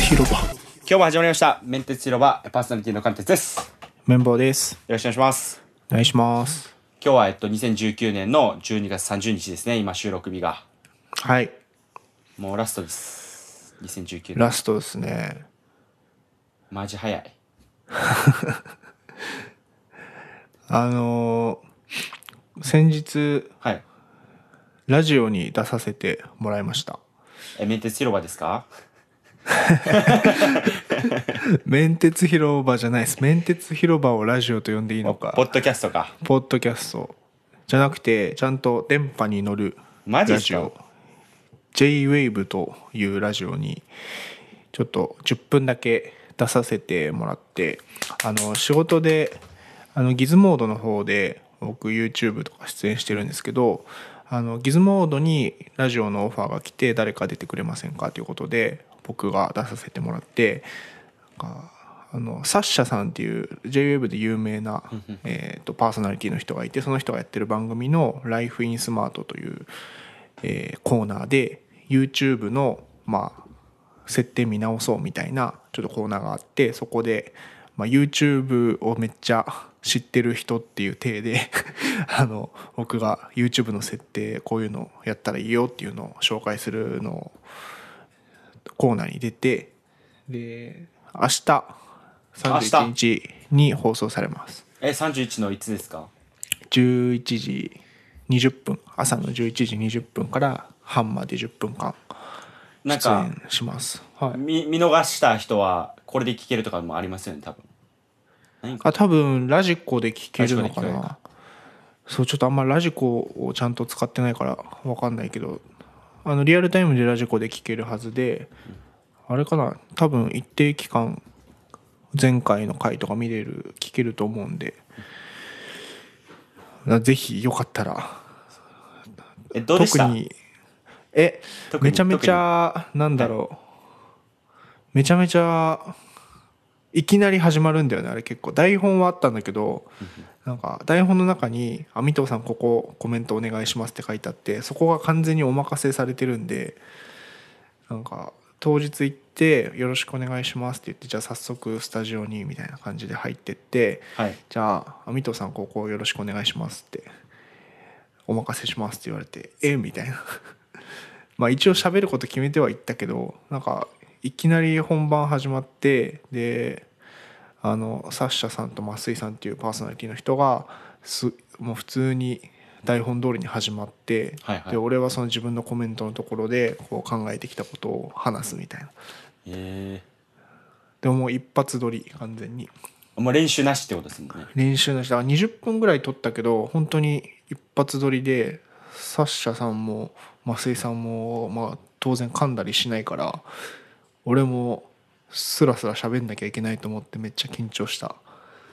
広場今日も始まりました。メンテツ広場パーソナリティの関鉄です。よメンバーですろしくお願いします。お願いします今日はえっと2019年の12月30日ですね。今収録日がはいもうラストです。2019年ラストですねマジ早い。あのー先日はい。ラジオに出させてもらいましたえメンテツ広場ですか？面鉄広場じゃないです面鉄広場をラジオと呼んでいいのポかッドキャストか。ポッドキャストじゃなくてちゃんと電波に乗るマラジっすジかオ JWAVE というラジオにちょっと10分だけ出させてもらってあの仕事であのギズモードの方で僕 YouTube とか出演してるんですけどあのギズモードにラジオのオファーが来て誰か出てくれませんかということで僕が出させてもらってなんかあのサッシャさんっていう JWAVE で有名なえーとパーソナリティの人がいてその人がやってる番組の「ライフインスマートという、えーコーナーで YouTube の、まあ、設定見直そうみたいなちょっとコーナーがあってそこで、まあ、YouTube をめっちゃ知ってる人っていう体で あの僕が YouTube の設定こういうのやったらいいよっていうのを紹介するのをコーナーに出てで明日31日に放送されますえ31のいつですか？ 11時20分朝の11時20分から半まで10分間なん出か演します、はい、見見逃した人はこれで聞けるとかもありますよね多分。あ多分ラジコで聞けるのかラジコで聞けるなそうちょっとあんまラジコをちゃんと使ってないから分かんないけどあのリアルタイムでラジコで聞けるはずであれかな多分一定期間前回の回とか見れる聞けると思うんでぜひよかったらえどうでした？特にえ特にめちゃめちゃなんだろう、めちゃめちゃいきなり始まるんだよねあれ結構台本はあったんだけどなんか台本の中に「あみとうさんここコメントお願いします」って書いてあってそこが完全にお任せされてるんでなんか当日行って「よろしくお願いします」って言ってじゃあ早速スタジオにみたいな感じで入ってってはい。じゃあ、アミトさん、ここよろしくお願いしますって、お任せしますって言われて、えみたいな。 まあ一応喋ること決めてはいったけど、なんか、いきなり本番始まって、で、あの、サッシャさんと増井さんっていうパーソナリティの人が、すもう普通に台本通りに始まって、はいはいで、俺はその自分のコメントのところで、こう考えてきたことを話すみたいな。えでももう一発撮り、完全に。ー、もう練習なしってことですもんね。練習のしだから20分ぐらい撮ったけど本当に一発撮りでサッシャさんも増井さんも、まあ、当然噛んだりしないから俺もスラスラ喋んなきゃいけないと思ってめっちゃ緊張した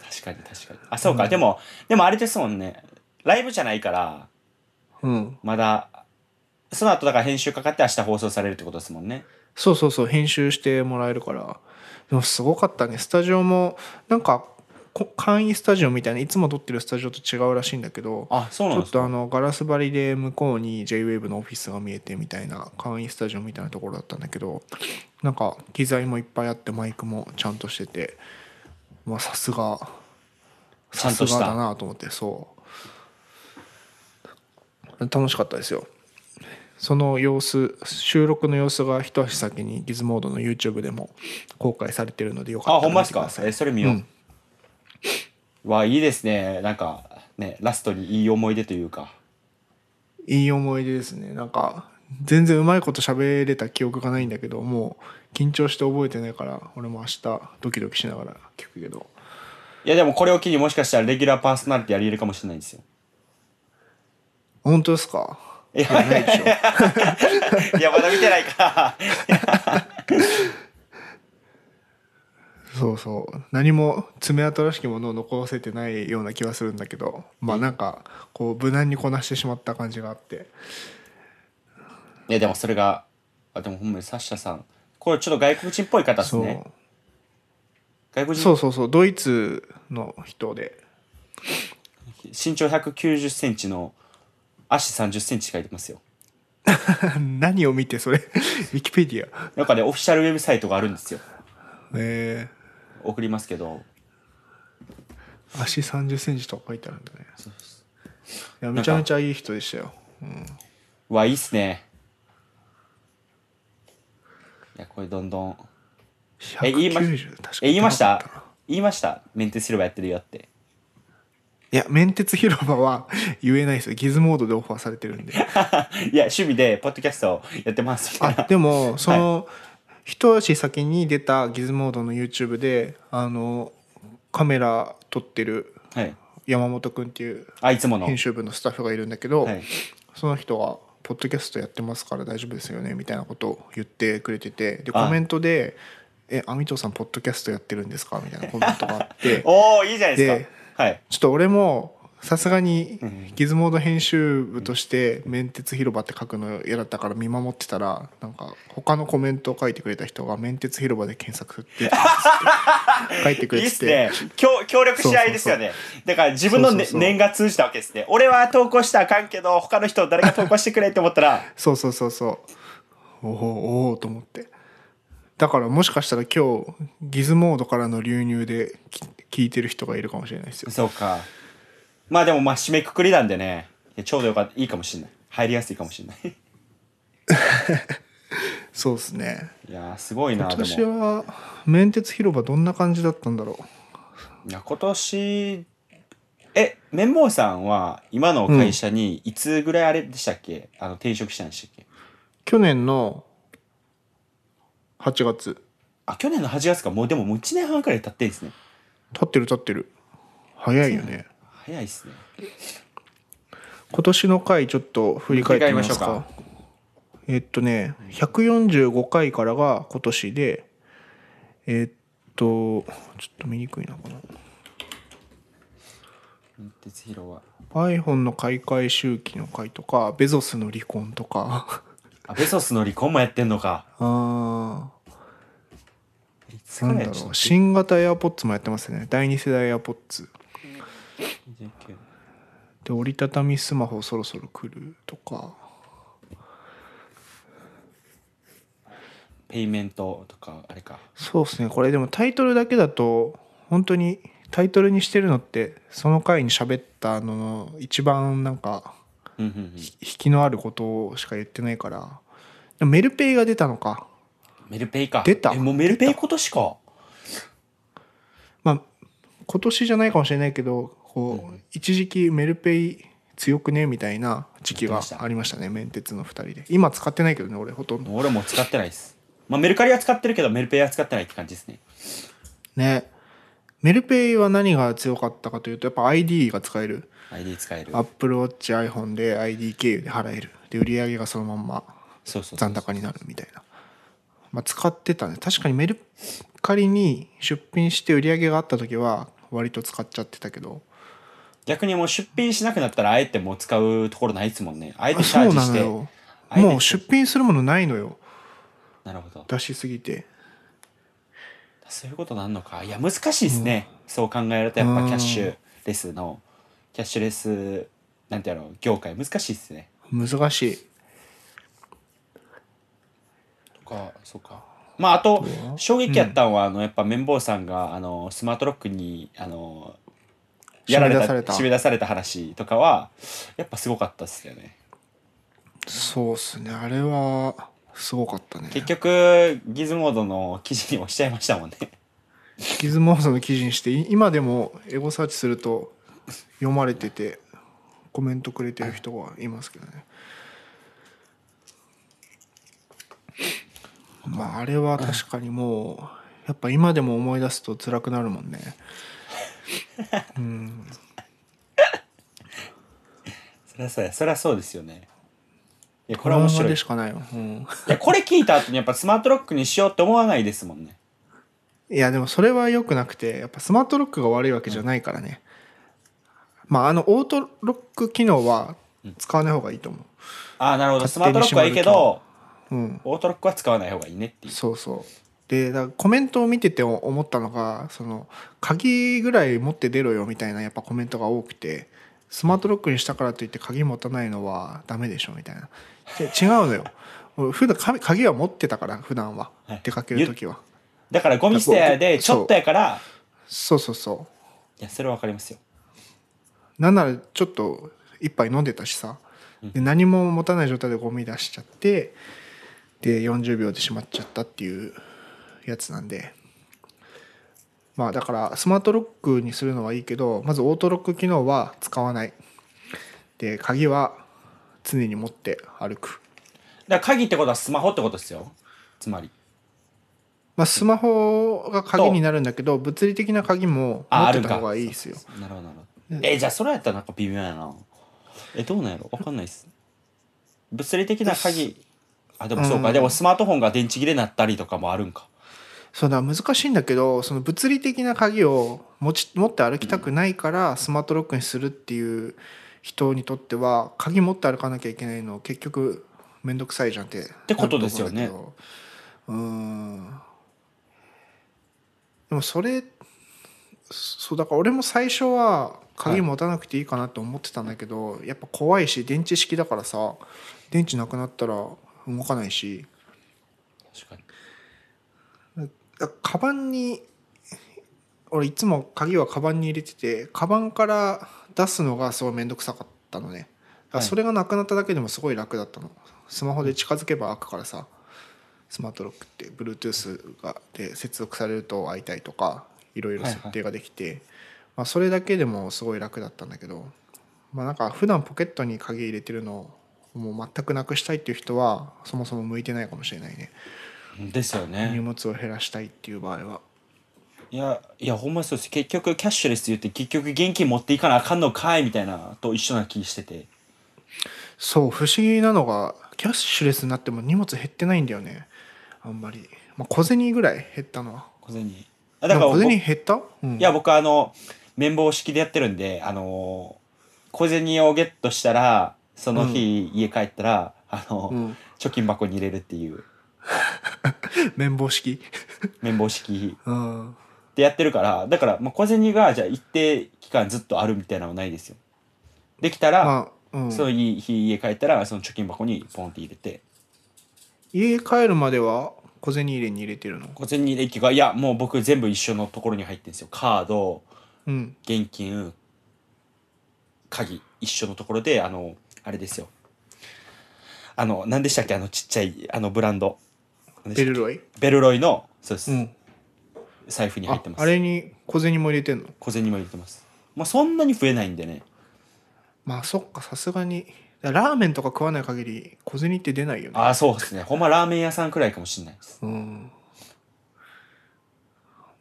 確かに確かに。あそうか、でもでもあれですもんね。ライブじゃないからうんまだその後だから編集かかって明日放送されるってことですもんね。そうそうそう編集してもらえるからでもすごかったねスタジオもなんかこ簡易スタジオみたいないつも撮ってるスタジオと違うらしいんだけどあそちうなんょでっすかとあのガラス張りで向こうに JWAVE のオフィスが見えてみたいな簡易スタジオみたいなところだったんだけどなんか機材もいっぱいあってマイクもちゃんとしててまあさすがちゃさんすとしたがだなと思ってそう楽しかったですよその様子収録の様子が一足先にギズモードの YouTube でも公開されてるのでよかあったほらんま見てですくかださいえそれ見よう、わいいですねなんかねラストにいい思い出というかいい思い出ですねなんか全然うまいこと喋れた記憶がないんだけどもう緊張して覚えてないから俺も明日ドキドキしながら聞くけどいやでもこれを機にもしかしたらレギュラーパーソナリティやりえるかもしれないんで すよ本当ですかいやないでしょいやまだ見てないかそうそう何も爪痕らしきものを残せてないような気はするんだけどまあなんかこう無難にこなしてしまった感じがあって いやでもそれがあでもほんまにサッシャさんこれちょっと外国人っぽい方ですそう,、ね外国人そうそうそうドイツの人で 身長1 9 0センチの足3 0センチ書いてますよ何を見てそれ ウィキペディアなんかね、オフィシャルウェブサイトがあるんですよ。え送りますけど。ー、足3 0ンチとか書いてあるんだねいやめちゃめちゃいい人でしたようわ、いいっすね。いや、これどんどん。え言いま190確かえ、言いまし出なかったな言いましたメンテすればやってるよって。 いや面鉄広場は言えないですよギズモードでオファーされてるん でいや、趣味で、ポッドキャストをやってますみたいあな。でもその、一足先に出たギズモードの YouTube であのカメラ撮ってる はい。山本君っていうあ、いつもの。編集部のスタッフがいるんだけど、はいその人が「ポッドキャストやってますから大丈夫ですよね」みたいなことを言ってくれててであコメントで「えアミトさんポッドキャストやってるんですか?」みたいなコメントがあってちょ おー、いいじゃないですか。はい。っと俺もさすがにギズモード編集部として「面鉄広場」って書くの嫌だったから見守ってたらなんか他のコメントを書いてくれた人が「面鉄広場」で検索って 書いてくいれいってすて。ね。協協力し合いですよね。だから自分のねそうそうそう念が通じたわけですね。俺は投稿したらあかんけど、他の人誰か投稿してくれって思っ たら、そうそうそうそうおおおおと思ってだからもしかしたら今日ギズモードからの流入でき聞いてる人がいるかもしれないですよそうか。まあでもまあ締めくくりなんでね、いやちょうどよかった。いいかもしんない。入りやすいかもしんない。いそうですねやー、すごいな、今でも。年は面鉄広場どんな感じだったんだろいや今年え綿棒さんは今の会社にいつぐらいあれでしたっけ、あの転職したんでしたっけう去年の8月あ去年の8月かもうでももう1年半くらい経ってんですね立ってる立ってる早いよね早いっすね今年の回ちょっと振り返ってみますか振り返りまえっとね145回からが今年でえっとちょっと見にくいなこの鉄広は iPhone の買い替え周期の回とかベゾスの離婚と かあベソスの離婚もやってんのかあいつーかならんだやっろう新型 AirPods もやってますね第2世代 AirPods で折りたたみスマホそろそろ来るとかペイメントとかあれかそうですねこれでもタイトルだけだと本当にタイトルにしてるのってその回に喋ったのの一番なんかうんうんうん引きのあることしか言ってないからでもメルペイが出たのかメルペイか出たえもうメルペイ今年かまあ今年じゃないかもしれないけどこう、一時期メルペイ強くねみたいな時期がありましたねメンテツの2人で今使ってないけどね俺ほとんど俺もう使ってないですまあメルカリは使ってるけどメルペイは使ってないって感じですねねメルペイは何が強かったかというとやっぱ ID が使える ID 使える AppleWatchiPhone で ID 経由で払えるで売り上げがそのまんまそうそうそう残高になるみたいな、まあ、使ってたね確かにメルカリに出品して売り上げがあった時は割と使っちゃってたけど逆にもう出品しなくなったらあえてもう使うところないですもんねあえてあチそャーうジなしのてよあえてもう出品するものないのよなるほど出しすぎてそういうことなんのかいや難しいですね、そう考えるとやっぱキャッシュレスのキャッシュレスなんてやろう業界難しいですね難しいとかそうかまああと衝撃やったのは、あのやっぱ綿棒さんがあのスマートロックにあのやられ締ため出された締め出された話とかはやっぱすごかったっすよねそうっすねあれはすごかったね結局ギズモードの記事にもしちゃいましたもんねギズモードの記事にしてい今でもエゴサーチすると読まれててコメントくれてる人がいますけどねまああれは確かにもうやっぱ今でも思い出すと辛くなるもんねそりゃそうやそりゃそうですよねいやここれれはは面面白白いいでしかないよ、うんいやこれ聞いた後にやっぱスマートロックにしようって思わないですもんねいやでもそれは良くなくてやっぱスマートロックが悪いわけじゃないからね、まああのオートロック機能は使わない方がいいと思ああなるほどスマー勝ト手ロにックはいいけ閉まどううんオートロックは使わない方がいいねっていうそうそうでだからコメントを見てて思ったのがその鍵ぐらい持って出ろよみたいなやっぱコメントが多くてスマートロックにしたからといって鍵持たないのはダメでしょみたいなち違うのよ俺普段鍵鍵は持ってたから普段は、はい出かける時はだからゴミ捨て屋でちょっとやからそうそうそいやそれはわかりますようなんならちょっと一杯飲んでたしさで何も持たない状態でゴミ出しちゃってで40秒でしまっちゃったっていうやつなんでまあだからスマートロックにするのはいいけどまずオートロック機能は使わないで鍵は常に持って歩くだから鍵ってことはスマホってことですよつまりまあ、スマホが鍵になるんだけど物理的な鍵も持ああってるたか方がいいですよそうそうなるほどなるほどえじゃあそれやったらなんか微妙やなえどうなんやろわかんないっす物理的な鍵あでもそうか、うんでもスマートフォンが電池切れになったりとかもあるんかそうだ難しいんだけどその物理的な鍵を持ち持って歩きたくないからスマートロックにするっていう人にとっては鍵持って歩かなきゃいけないの結局面倒くさいじゃんってってことですよねうーんでもそれそうだから俺も最初は鍵持たなくていいかなと思ってたんだけど、やっぱ怖いし電池式だからさ電池なくなったら動かないし確かにだからカバンに俺いつも鍵はカバンに入れててカバンから出すのがすごい面倒くさかったのねだからはいそれがなくなっただけでもすごい楽だったのスマホで近づけば開くからさスマートロックって Bluetooth がで接続されると開いたりとかいろいろ設定ができて、まあ、それだけでもすごい楽だったんだけどまあなんか普段ポケットに鍵入れてるのをもう全くなくしたいっていう人はそもそも向いてないかもしれないねですよ荷ね物を減らしたいっていう場合はいやいやほんまにそうです結局キャッシュレス言って結局現金持っていかなあかんのかいみたいなと一緒な気しててそう不思議なのがキャッシュレスになっても荷物減ってないんだよねあんまり、まあ、小銭ぐらい減ったのは小銭あだからでも僕小い銭減った、うん、や僕あの綿棒式でやってるんであの小銭をゲットしたらその日家帰ったら、あの、うん貯金箱に入れるっていう綿棒式綿棒式うんでやってるからだからまあ小銭がじゃあ一定期間ずっとあるみたいなのはないですよできたら、まあ、うん、その日日家帰ったらその貯金箱にポンって入れて家帰るまでは小銭入れに入れてるの小銭入れ機がいやもう僕全部一緒のところに入ってるんですよカードうん現金鍵一緒のところであのあれですよあの何でしたっけあのちっちゃいあのブランド何でベしたっルロイけベルロイのそうです、うん財布に入っあてますあれに小銭も入れてんの小銭も入れてますまあそんなに増えないんでねまあそっかさすがにだからラーメンとか食わない限り小銭って出ないよねああそうですねほんまラーメン屋さんくらいかもしれないですうん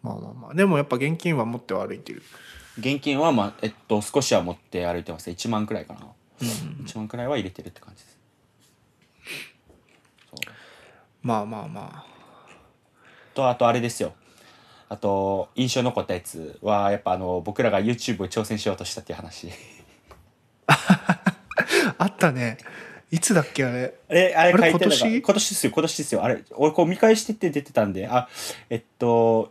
まあまあまあでもやっぱ現金は持っては歩いてる現金はまあえっと少しは持って歩いてます1万くらいかな、1万くらいは入れてるって感じですそうまあまあまあとあとあれですよあと印象に残ったやつはやっぱあの僕らが YouTube を挑戦しようとしたっていう話あったね。いつだっけあれ。あれあれあれ書いてるのが今年今年ですよ今年ですよあれ俺こう見返してって出てたんであえっと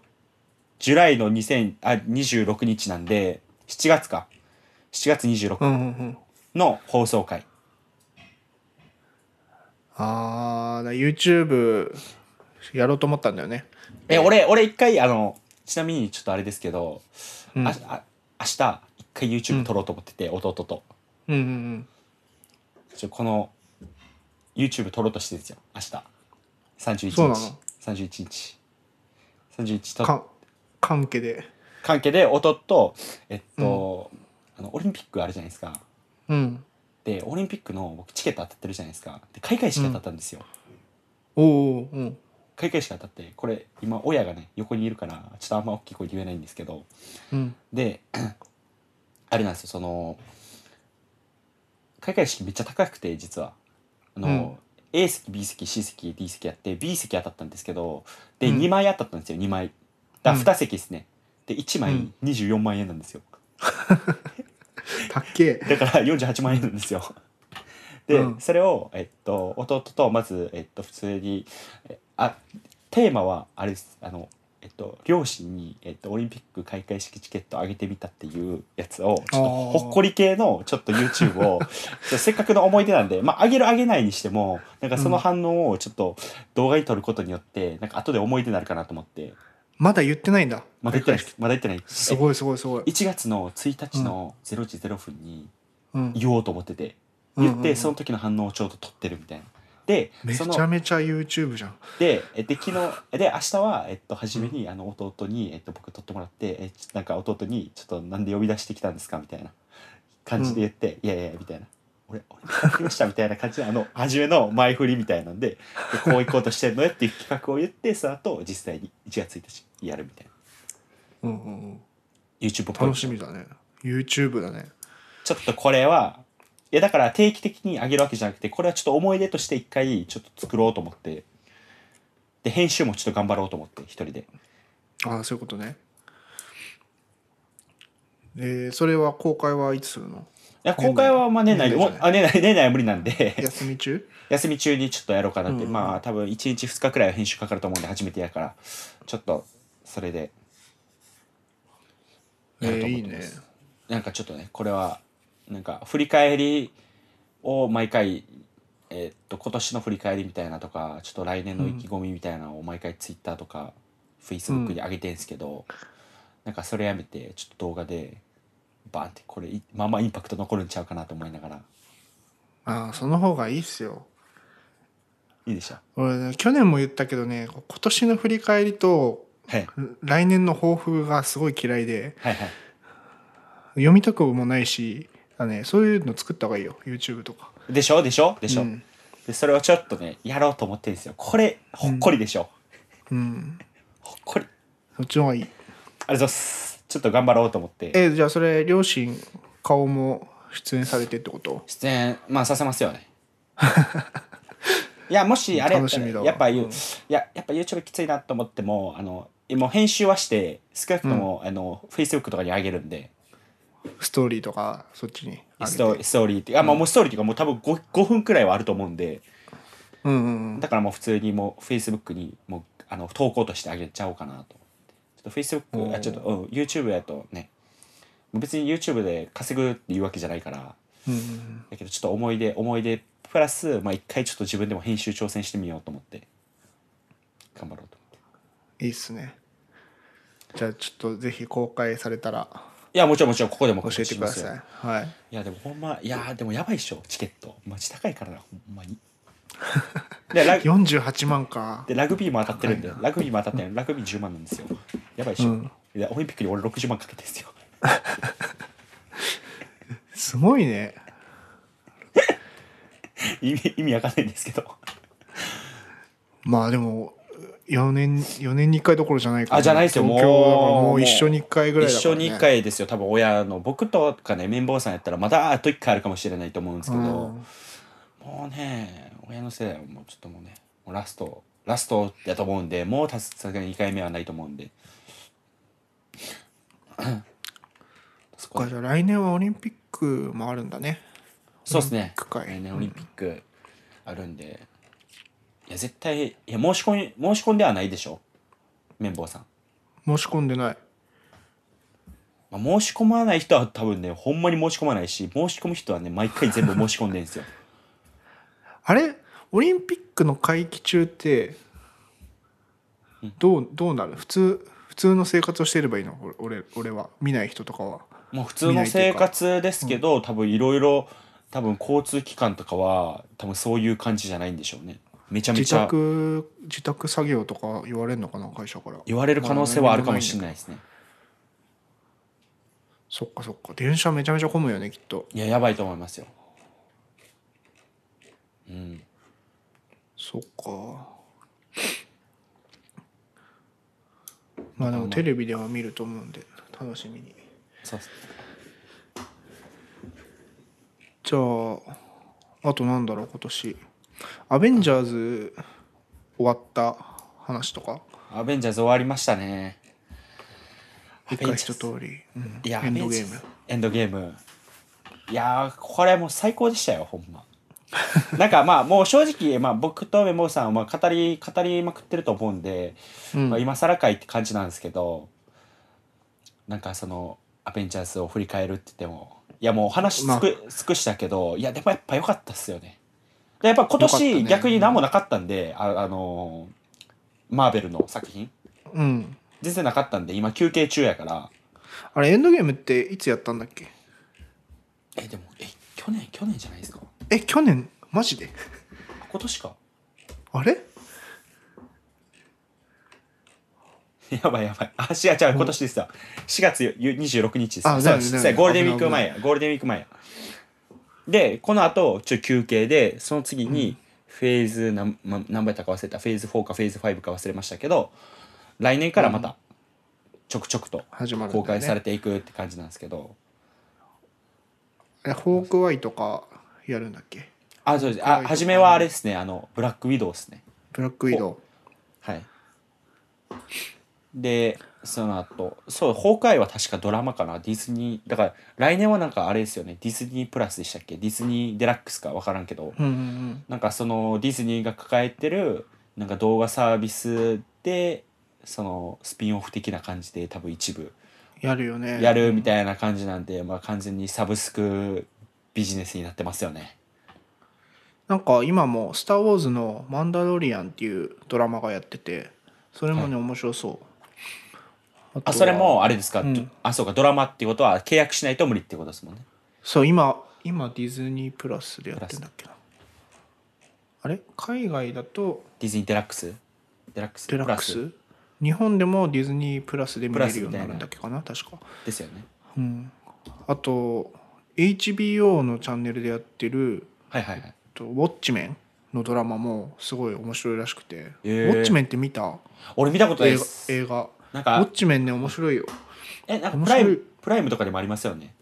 ジュライの2000あ26日なんで7月か7月26うんうんうん。の放送回ああ、だ YouTube やろうと思ったんだよね。え俺俺一回あのちなみにちょっとあれですけど、うんああ明日一回 YouTube 撮ろうと思ってて、弟とうんうんうん。ちょこの YouTube 撮ろうとしてるんですよ明日31そうな日の31日31かとん関係で。関係で弟とえっと、あのオリンピックあるじゃないですかうん。でオリンピックの僕チケット当たってるじゃないですかで開会式当たったんですよ、おお、うん。開会式当たってこれ今親がね横にいるからちょっとあんま大きい声で言えないんですけどうん。で あれなんですよその開会式めっちゃ高くて実はあの、A 席 B 席 C 席 D 席あって B 席当たったんですけどで、うん2枚当たったんですよ2枚だうんから2席ですね、で1う枚ん24万円なんですよたっけ。だから48万円なんですよで、うんそれを、えっと、弟とまず、えっと、普通にえあテーマはあれですあのえっと、両親に、えっと、オリンピック開会式チケットあげてみたっていうやつを、ちょっとあーほっこり系のちょっと YouTube を、ちょっとせっかくの思い出なんで、まあ、あげるあげないにしても、なんかその反応をちょっと動画に撮ることによって、なんか後で思い出になるかなと思って、まだ言ってないんだまだ言ってないです。まだ言ってない。すごいすごいすごいえ1月の1日の0時0分にうん言おうと思ってて、言って、うんうんうんその時の反応をちょうど撮ってるみたいな。で、めちそのゃめちゃ YouTube じゃんでえで昨日で明日は、えっと、初めにあの弟に、えっと、僕取ってもらってえちなんか弟に「ちょっとなんで呼び出してきたんですか?」みたいな感じで言って「いやいや」みたいな「俺俺帰ってました」みたいな感じであの初めの前振りみたいなんででこう行こうとしてるのよっていう企画を言ってその後実際に1月1日やるみたいなうんうんうん YouTube っぽい楽しみだね YouTube だねちょっとこれはいやだから定期的にあげるわけじゃなくてこれはちょっと思い出として一回ちょっと作ろうと思ってで編集もちょっと頑張ろうと思って一人で。ああそういうことねえー、それは公開はいつするのいや公開はまあ年内で年内もうあ年内年内は無理なんで休み中休み中にちょっとやろうかなって、うんうんまあ多分1日2日くらいは編集かかると思うんで初めてやからちょっとそれでえやるとー、い思っいてまねす、なんかちょっとねこれはなんか振り返りを毎回えーっと今年の振り返りみたいなとかちょっと来年の意気込みみたいなのを毎回ツイッターとかフェイスブックに上げてんすけど、なんかそれやめてちょっと動画でバーンってこれいまあまあインパクト残るんちゃうかなと思いながらああその方がいいっすよいいでしょ俺ね去年も言ったけどね今年の振り返りとはい来年の抱負がすごい嫌いではいはい読みたくもないしあ、ね、そういうの作った方がいいよ YouTube とかでしょでしょでしょ、うんでそれをちょっとねやろうと思ってるんですよこれほっこりでしょ、うんほっこりあそりっちの方がいいがとうございますちょっと頑張ろうと思ってえーじゃあそれ両親顔も出演されてってこと出演まあさせますよ ねいやもしあれやった楽しみだらわやっぱ言う、うんいややっぱ YouTube きついなと思ってもあのもう編集はして少なくとも、あの Facebook とかに上げるんでストーリーとかそっちにあげスてトストーリーっていうか、まあもうストーリーっていうかもう多分 5, 5分くらいはあると思うんでうんうんうんだからもう普通にもう Facebook にもうあの投稿としてあげちゃおうかなと。ちょおっと Facebook、ーあちょっと、うん、YouTube やとね、別に YouTube で稼ぐっていうわけじゃないから、うんうんだけどちょっと思い出、思い出プラス、まあ一回ちょっと自分でも編集挑戦してみようと思って、頑張ろうと思って。いいっすねじゃあちょっとぜひ公開されたらいや、もちろんもちろん、ここでも教えてくだ告知しさますいよはいいや、でもほんま、いや、でもやばいっしょ、チケット。マジ高いからな、ほんまに。でラグ48万かでラグビーも当たってるんで、ラグビーも当たってるラグビー10万なんですよ。やばいっしうょ。んいやオリンピックに俺60万かけてるんですよ。すごいね意味意味わかんないんですけどまあでも4年4年に1回どころじゃないからあじゃないですよ東京はだからもうもう一緒に1回ぐらい一だから、ね、緒に1回ですよ多分親の僕とかね綿棒さんやったらまだあと1回あるかもしれないと思うんですけど、うんもうね親の世代はもうちょっともうねもうラストラストやと思うんでもうさすがに2回目はないと思うんでそこそっかじゃあ来年はオリンピックもあるんだねそうですオリンねピック会来年オリンピックあるんで、いや絶対いや申し込み申し込んではないでしょ綿棒さん申し込んでないまあ、申し込まない人は多分ねほんまに申し込まないし申し込む人はね毎回全部申し込んでるんですよ あれオリンピックの会期中ってどうどうなる普通普通の生活をしてればいいの俺俺俺は見ない人とかはもう普通の生活ですけど多分いろいろ多分交通機関とかは多分そういう感じじゃないんでしょうねめちゃめ自ちゃ宅自宅作業とか言われるのかな会社から言われる可能性はあるかもしれいないですねそっかそっか電車めちゃめちゃ混むよねきっといややばいと思いますようんそっかまあでもテレビでは見ると思うんで楽しみにそうっすじゃああとなんだろう今年アベンジャーズ終わった話とかアベンジャーズ終わりましたね一アベ回ンジャー一ズ通り、うんいやエンドゲーアムベンジャーズエンドゲームいやーこれもう最高でしたよほんま なんかまあもう正直、まあ、僕とメモさんはまあ語り語りまくってると思うんで、うんまあ、今更かいって感じなんですけどなんかその「アベンジャーズ」を振り返るって言ってもいやもう話尽く,、尽くしたけどいやでもやっぱ良かったっすよね。でやっぱ今良かったね年逆に何もなかったんで、ああのーマーベルの作品うん全然なかったんで今休憩中やからあれエンドゲームっていつやったんだっけえでもえ去年去年じゃないですかえ去年マジであ今年かあれ やばいやばいあ違う違う今年ですよ4月26日ですあそうだよねですだよねそうやゴールデンウィーク危ない前やゴールデンウィーク前やでこの後ちょっと休憩でその次にフェーズ何,、ま、何倍やったか忘れたフェーズ4かフェーズ5か忘れましたけど来年からまたちょくちょくと始まるんだ公よね開されていくって感じなんですけど、えホークアイとかやるんだっけあそうですあ初めはあれですねあのブラックウィドウですねブラックウィドウはい。で、その後、そう、崩壊は確かドラマかな、ディズニー、だから来年はなんかあれですよね、ディズニープラスでしたっけ、ディズニーデラックスか分からんけど、うんうんなんかそのディズニーが抱えてる、なんか動画サービスで、そのスピンオフ的な感じで多分一部うんやるよねやるみたいな感じなんで、まあ完全にサブスクビジネスになってますよね。なんか今も「スター・ウォーズ」の「マンダロリアン」っていうドラマがやっててそれもね面白そうとあ、はそれもあれですか、うんどあ、そうか、ドラマってことは契約しないと無理ってことですもんね。そう今今ディズニープラスでやってんだっけなあれ海外だとディズニーデラックスデラックスデラックプス日本でもディズニープラスで見れるようになプラスみたいるなんだっけかな確かラスですよねうんあと HBO のチャンネルでやってるはいはいはいとウォッチメンのドラマもすごい面白いらしくて、えーウォッチメンって見た俺見たことな映いで画す映画なウォッんかチメンね面白いよえなんか面プラ白いイムプライムとかでもありますよね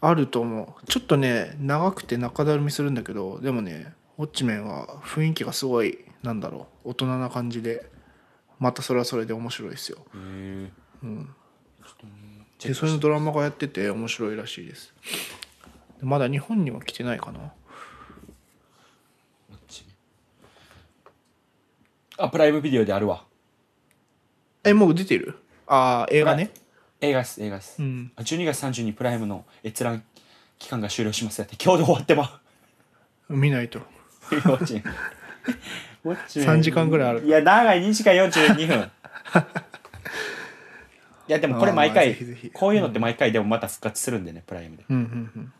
あると思うちょっとね長くて中だるみするんだけどでもねウォッチメンは雰囲気がすごいなんだろう大人な感じでまたそれはそれで面白いですよへえでそれのドラマがやってて面白いらしいですでまだ日本には来てないかなあプライムビデオであるわえもう出てるああ映画ね映画っす映画っす、うんあ12月30日にプライムの閲覧期間が終了しますやって今日で終わってま 見ないとうウォッチメンウォッチ メン3時間ぐらいあるいや長い2時間42分 いやでもこれ毎あー回ぜひぜひこういうのって毎回でもまた復活するんでねプライムでうんうんうん、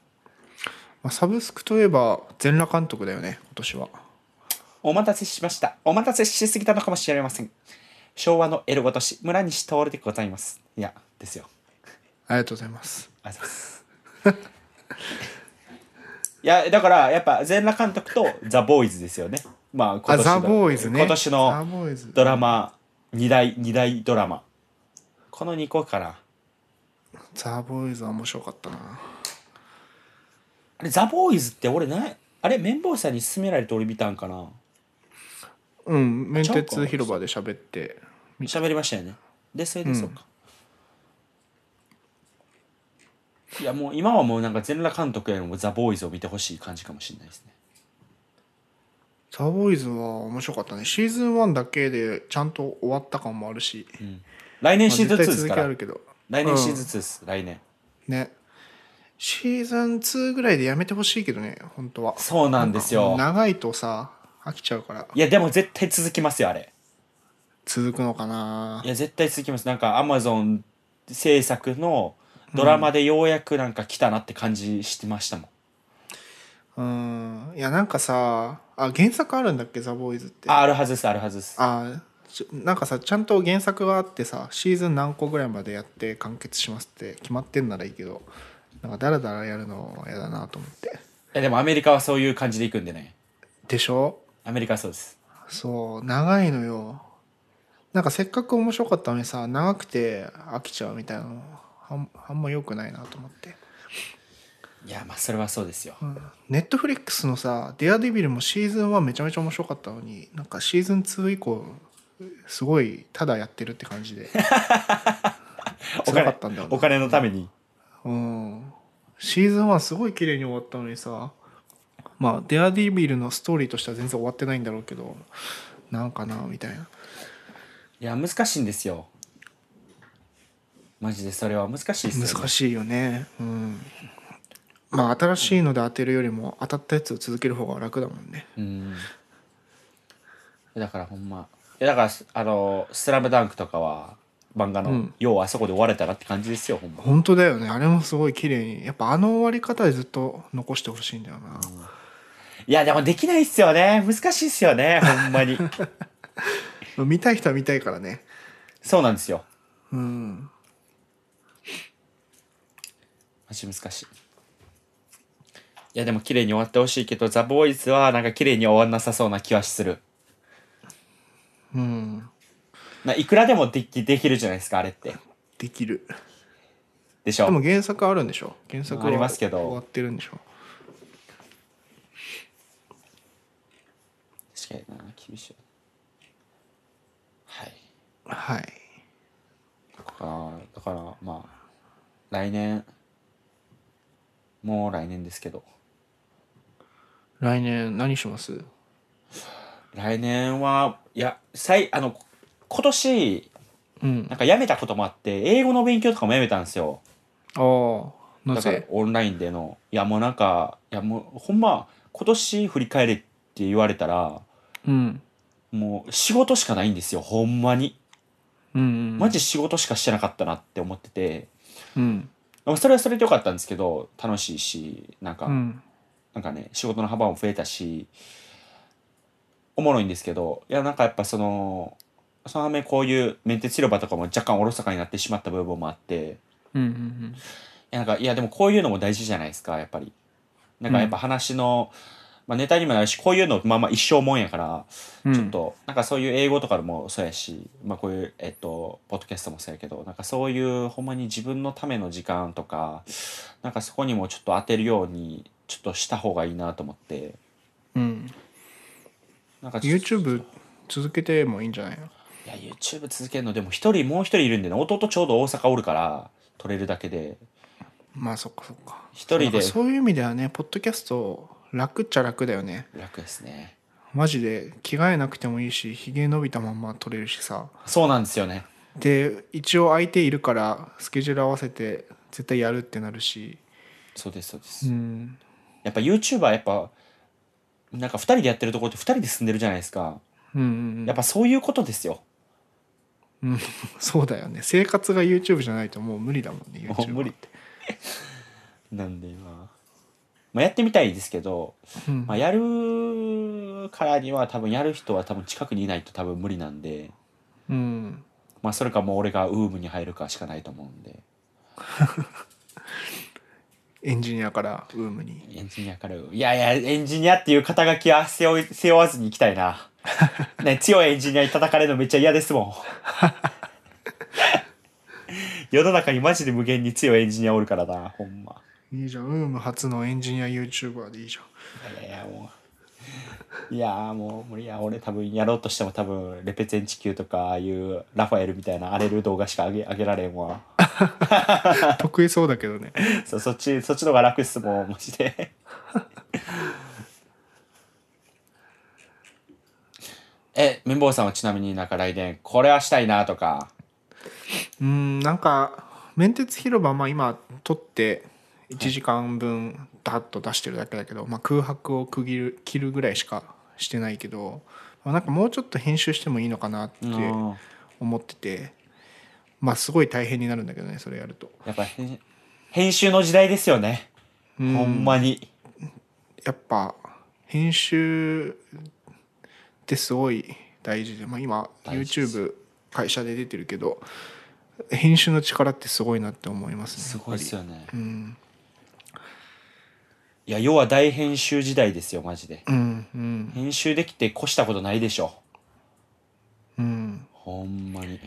まあ、サブスクといえば全裸監督だよね今年はお待たせしました。お待たせしすぎたのかもしれません。昭和のエルゴ都市、村西徹でございます。いや、ですよ。ありがとうございますありがとうございます。いや、だから、やっぱ、全裸監督とザ・ボーイズですよね。まあ、今あ年のザ・ボーイズね今年ザ・のボーイズドラマ、二大、二大ドラマ。この2個かな。ザ・ボーイズは面白かったなあれ、ザ・ボーイズって俺ない、あれ、綿棒さんに勧められて俺見たんかな。うん面ちゃう鉄か広場で喋って喋りましたよねでそれでそうか、いやもう今はもうなんか全裸監督よりもザ・ボーイズを見てほしい感じかもしれないですねザ・ボーイズは面白かったねシーズン1だけでちゃんと終わった感もあるし、来年まあシーズ絶ン2対です続かきらあるけど来年シーズン2です、来年ねシーズン2ぐらいでやめてほしいけどね本当はそうなんですよ長いとさ飽きちゃうからいやでも絶対続きますよあれ続くのかないや絶対続きますなんかアマゾン制作のドラマでようやくなんか来たなって感じしてましたもん、うんいやなんかさあ原作あるんだっけザ・ボーイズってああるはずですあるはずですあちょなんかさちゃんと原作があってさシーズン何個ぐらいまでやって完結しますって決まってんならいいけどなんかダラダラやるのは嫌だなと思っていやでもアメリカはそういう感じでいくんでねでしょアメリカはそうですそう長いのよなんかせっかく面白かったのにさ長くて飽きちゃうみたいなのあんあんま良くないなと思っていやまあそれはそうですよ、ネットフリックスのさ「デアデビル」もシーズン1めちゃめちゃ面白かったのになんかシーズン2以降すごいただやってるって感じでお辛か金ったんだよねお金のためにうんシーズン1すごい綺麗に終わったのにさまあデアディビルのストーリーとしては全然終わってないんだろうけどなんかなみたいないや難しいんですよマジでそれは難しいですよ、ね、難しいよねうんまあ新しいので当てるよりも当たったやつを続ける方が楽だもんねうんだからほんまいやだからあの「スラムダンクとかは漫画の、うんようあそこで終われたらって感じですよほんま、本当だよねあれもすごい綺麗にやっぱあの終わり方でずっと残してほしいんだよな、いやでもできないっすよね難しいっすよねほんま に見たい人は見たいからねそうなんですようんマジ難しいいやでも綺麗に終わってほしいけどザ・ボーイズはなんか綺麗に終わんなさそうな気はするうんないくらでもできできるじゃないですかあれってできるでしょでも原作あるんでしょ原作はありますけど終わってるんでしょ確かにな厳しいはいはいだからだからまあ来年もう来年ですけど来年何します来年はいや最あの今年うんなんかやめたこともあって英語の勉強とかもやめたんですよああなだからぜオンラインでのいやもうなんかいやもうほんま今年振り返れって言われたらうんもう仕事しかないんですよほんまにうんうんマジ仕事しかしてなかったなって思ってて、うんまあそれはそれでよかったんですけど楽しいしなんか、うんなんかね仕事の幅も増えたしおもろいんですけどいやなんかやっぱそのその反面こういうメンテ広場とかも若干おろそかになってしまった部分もあってうんうんいやなんかいやでもこういうのも大事じゃないですかやっぱりなんかやっぱ話の、まあ、ネタにもなるしこういうのまあまあ一生もんやから、うんちょっとなんかそういう英語とかもそうやし、まあ、こういう、えっと、ポッドキャストもそうやけどなんかそういうほんまに自分のための時間とかなんかそこにもちょっと当てるようにちょっとした方がいいなと思ってうんなんかちょっと YouTube 続けてもいいんじゃないのいや YouTube 続けるのでも一人もう一人いるんでね弟ちょうど大阪おるから撮れるだけでまあそっかそっか一人なんでかそういう意味ではねポッドキャスト楽っちゃ楽だよね楽ですねマジで着替えなくてもいいしひげ伸びたまんま撮れるしさそうなんですよねで一応空いているからスケジュール合わせて絶対やるってなるしそうですそうです、うんやっぱ YouTuber やっぱなんか2人でやってるところって2人で住んでるじゃないですかうんうんうんやっぱそういうことですよそうだよね生活が YouTube じゃないともう無理だもんねもう YouTube 無理なんでまあ、まあ、やってみたいですけど、うんまあ、やるからには多分やる人は多分近くにいないと多分無理なんでうんまあそれかもう俺がウームに入るかしかないと思うんでエンジニアからウームにエンジニアからいやいやエンジニアっていう肩書きは背負い背負わずに行きたいな、ね、強いエンジニアに叩かれるのめっちゃ嫌ですもん世の中にマジで無限に強いエンジニアおるからなほんまいいじゃんウーム初のエンジニア YouTuber でいいじゃんいやいやもういやーもう無理や俺多分やろうとしても多分レペゼン地球とかああいうラファエルみたいな荒れる動画しか上げ上げられんわ得意そうだけどね そそっちそっちの方が楽っすもんマジで え綿棒さんはちなみになんか来年これはしたいなとかうんなんか面鉄広場まあ今撮って1時間分ダッと出してるだけだけど、まあ、空白を区切る切るぐらいしかしてないけど、まあ、なんかもうちょっと編集してもいいのかなってうん思っててまあすごい大変になるんだけどねそれやるとやっぱ編編集の時代ですよねほうんんまにやっぱ編集ってすごい大事で、まあ、今大事で YouTube 会社で出てるけど編集の力ってすごいなって思いますねすごいですよねうんいや要は大編集時代ですよマジでうんうん編集できて越したことないでしょうんほんまに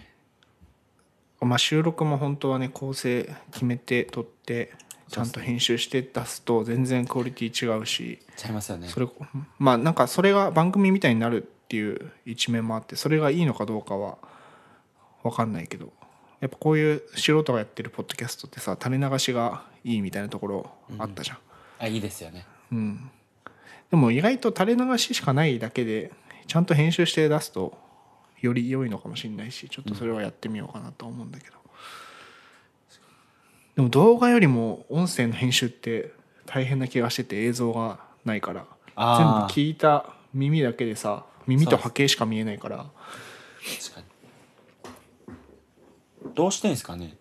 まあ収録も本当はね構成決めて撮ってちゃんと編集して出すと全然クオリティ違うしちゃいますよねそれまあなんかそれが番組みたいになるっていう一面もあってそれがいいのかどうかは分かんないけどやっぱこういう素人がやってるポッドキャストってさ垂れ流しがいいみたいなところあったじゃん、あいいですよねうんでも意外と垂れ流ししかないだけでちゃんと編集して出すとより良いのかもしれないしちょっとそれはやってみようかなと思うんだけど、でも動画よりも音声の編集って大変な気がしてて映像がないから全部ああ聞いた耳だけでさ耳と波形しか見えないから確かにどうしてんすかね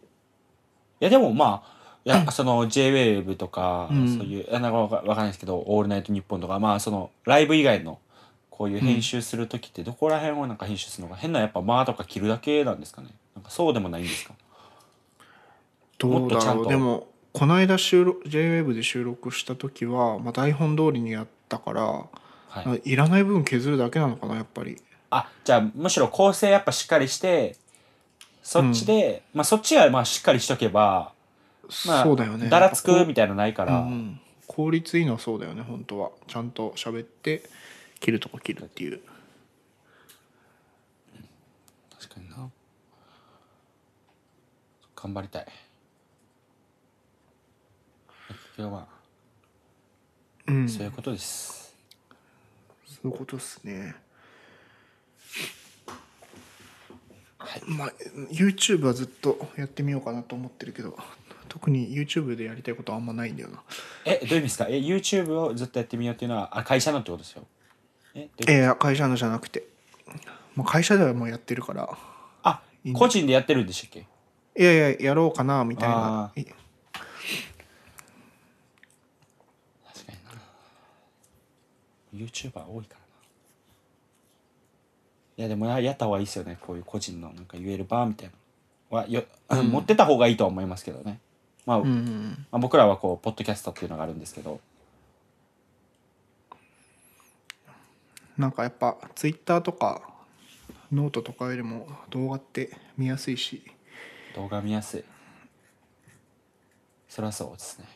いやでもまあいやその JWAVE とか、うんそういうあなんかわかわかんないですけど「オールナイトニッポン」とかまあそのライブ以外のこういう編集する時ってどこら辺をなんか編集するのか、変なやっぱ「間」とか切るだけなんですかねなんかそうでもないんですかどもうっとちだゃんろとうでもこの間収録 JWAVE で収録した時は、まあ、台本通りにやったからはあい、いらない部分削るだけなのかなやっぱりあじゃあむしろ構成やっぱしっかりしてそっちで、まあそっちはまあしっかりしとけば、まあ、そうだよねだらつやっくぱこみたいなのないから、ううんうん効率いいのはそうだよね本当はちゃんと喋って切るとこ切るっていう確かにな頑張りたい今日はうんそういうことです、そういうことっすね。はいまあ YouTube はずっとやってみようかなと思ってるけど特に YouTube でやりたいことはあんまないんだよな。えどういう意味ですかえ YouTube をずっとやってみようっていうのはあ会社のってことですよえどういうえー会社のじゃなくて、まあ、会社ではもうやってるからあ個人でやってるんでしたっけいやいややろうかなみたいあな。い確かにな YouTuber 多いからないやでもややった方がいいですよねこういう個人のなんか言える場みたいなのはよ、持ってた方がいいとは思いますけどねまあ、うんうん、まあ、僕らはこうポッドキャストっていうのがあるんですけどなんかやっぱ Twitter とかノートとかよりも動画って見やすいし動画見やすいそりゃそうですね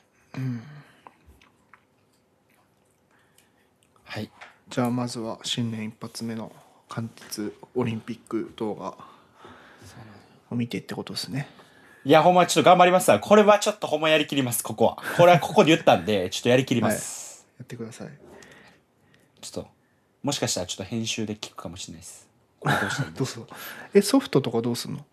はいじゃあまずは新年一発目の貫徹オリンピック動画を見てってことですね。いやほんまちょっと頑張りますわこれはちょっとほんまやりきりますここはこれはここで言ったんでちょっとやりきります、やってください。ちょっともしかしたらちょっと編集で聞くかもしれないですこれどうしたらいい どうぞ。え、ソフトとかどうすんの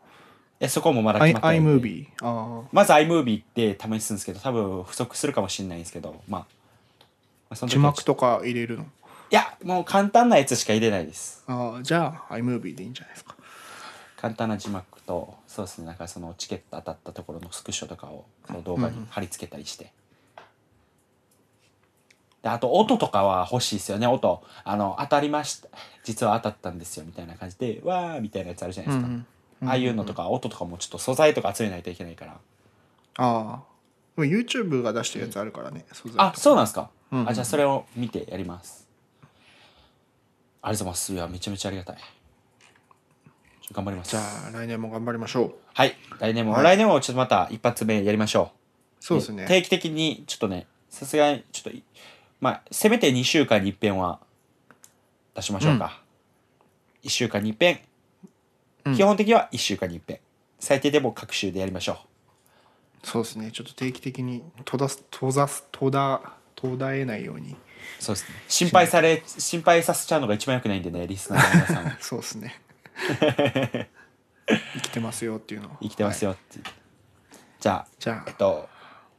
えそこもまだ決まってないんで ?iMovie。あまず iMovie って試すんですけど多分不足するかもしれないんですけどまあまああ。その字時はちょ幕とか入れるのいやもう簡単なやつしか入れないですああ、じゃあ iMovie でいいんじゃないですか。簡単な字幕とそうですねなんかそのチケット当たったところのスクショとかをその動画に貼り付けたりして、であと音とかは欲しいですよね音あの当たりました実は当たったんですよみたいな感じでわーみたいなやつあるじゃないですうか、んああいうのとか音とかもちょっと素材とか集めないといけないから、ああ。でも YouTube が出してるやつあるからね、素材とかあそうなんですか、うんうんあじゃあそれを見てやりますありがとうございますいやめちゃめちゃありがたいちょっと頑張りますじゃあ来年も頑張りましょう。はい来年も、はい来年もちょっとまた一発目やりましょうそうですね。定期的にちょっとねさすがにちょっといまあせめて2週間に一遍は出しましょうか、一1週間に一遍、うん基本的には1週間に一遍最低でも各週でやりましょそうですね。ちょっと定期的に閉ざす、閉ざす、閉だ、途絶えないように。うそうですね心配され心配させちゃうのが一番よくないんでねリスナーの皆さ んはそうです ね。生きてますよっていうのは生きてますよっていう、じゃあじゃあえっと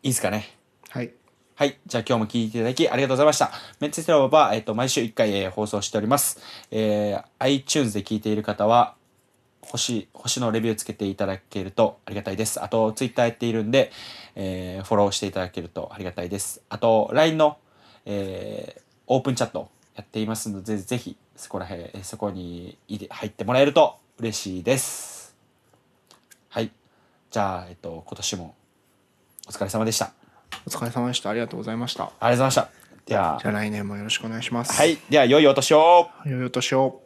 いいですかねはい。はい。じゃあ今日も聞いていただきありがとうございました。メンツテラボは、えっと、毎週1回、えー放送しております。えー iTunes で聞いている方は、星、星のレビューつけていただけるとありがたいです。あと、Twitter やっているんで、えーフォローしていただけるとありがたいです。あと、LINE の、えーオープンチャットやっていますので、ぜぜひ、そこら辺、えーそこに入れ入ってもらえると嬉しいです。はい。じゃあ、えっと、今年もお疲れ様でした。お疲れ様でした。ありがとうございました。ありがとうございました。ではじゃ、あ来年もよろしくお願いします。はい。では、良いお年を。良いお年を。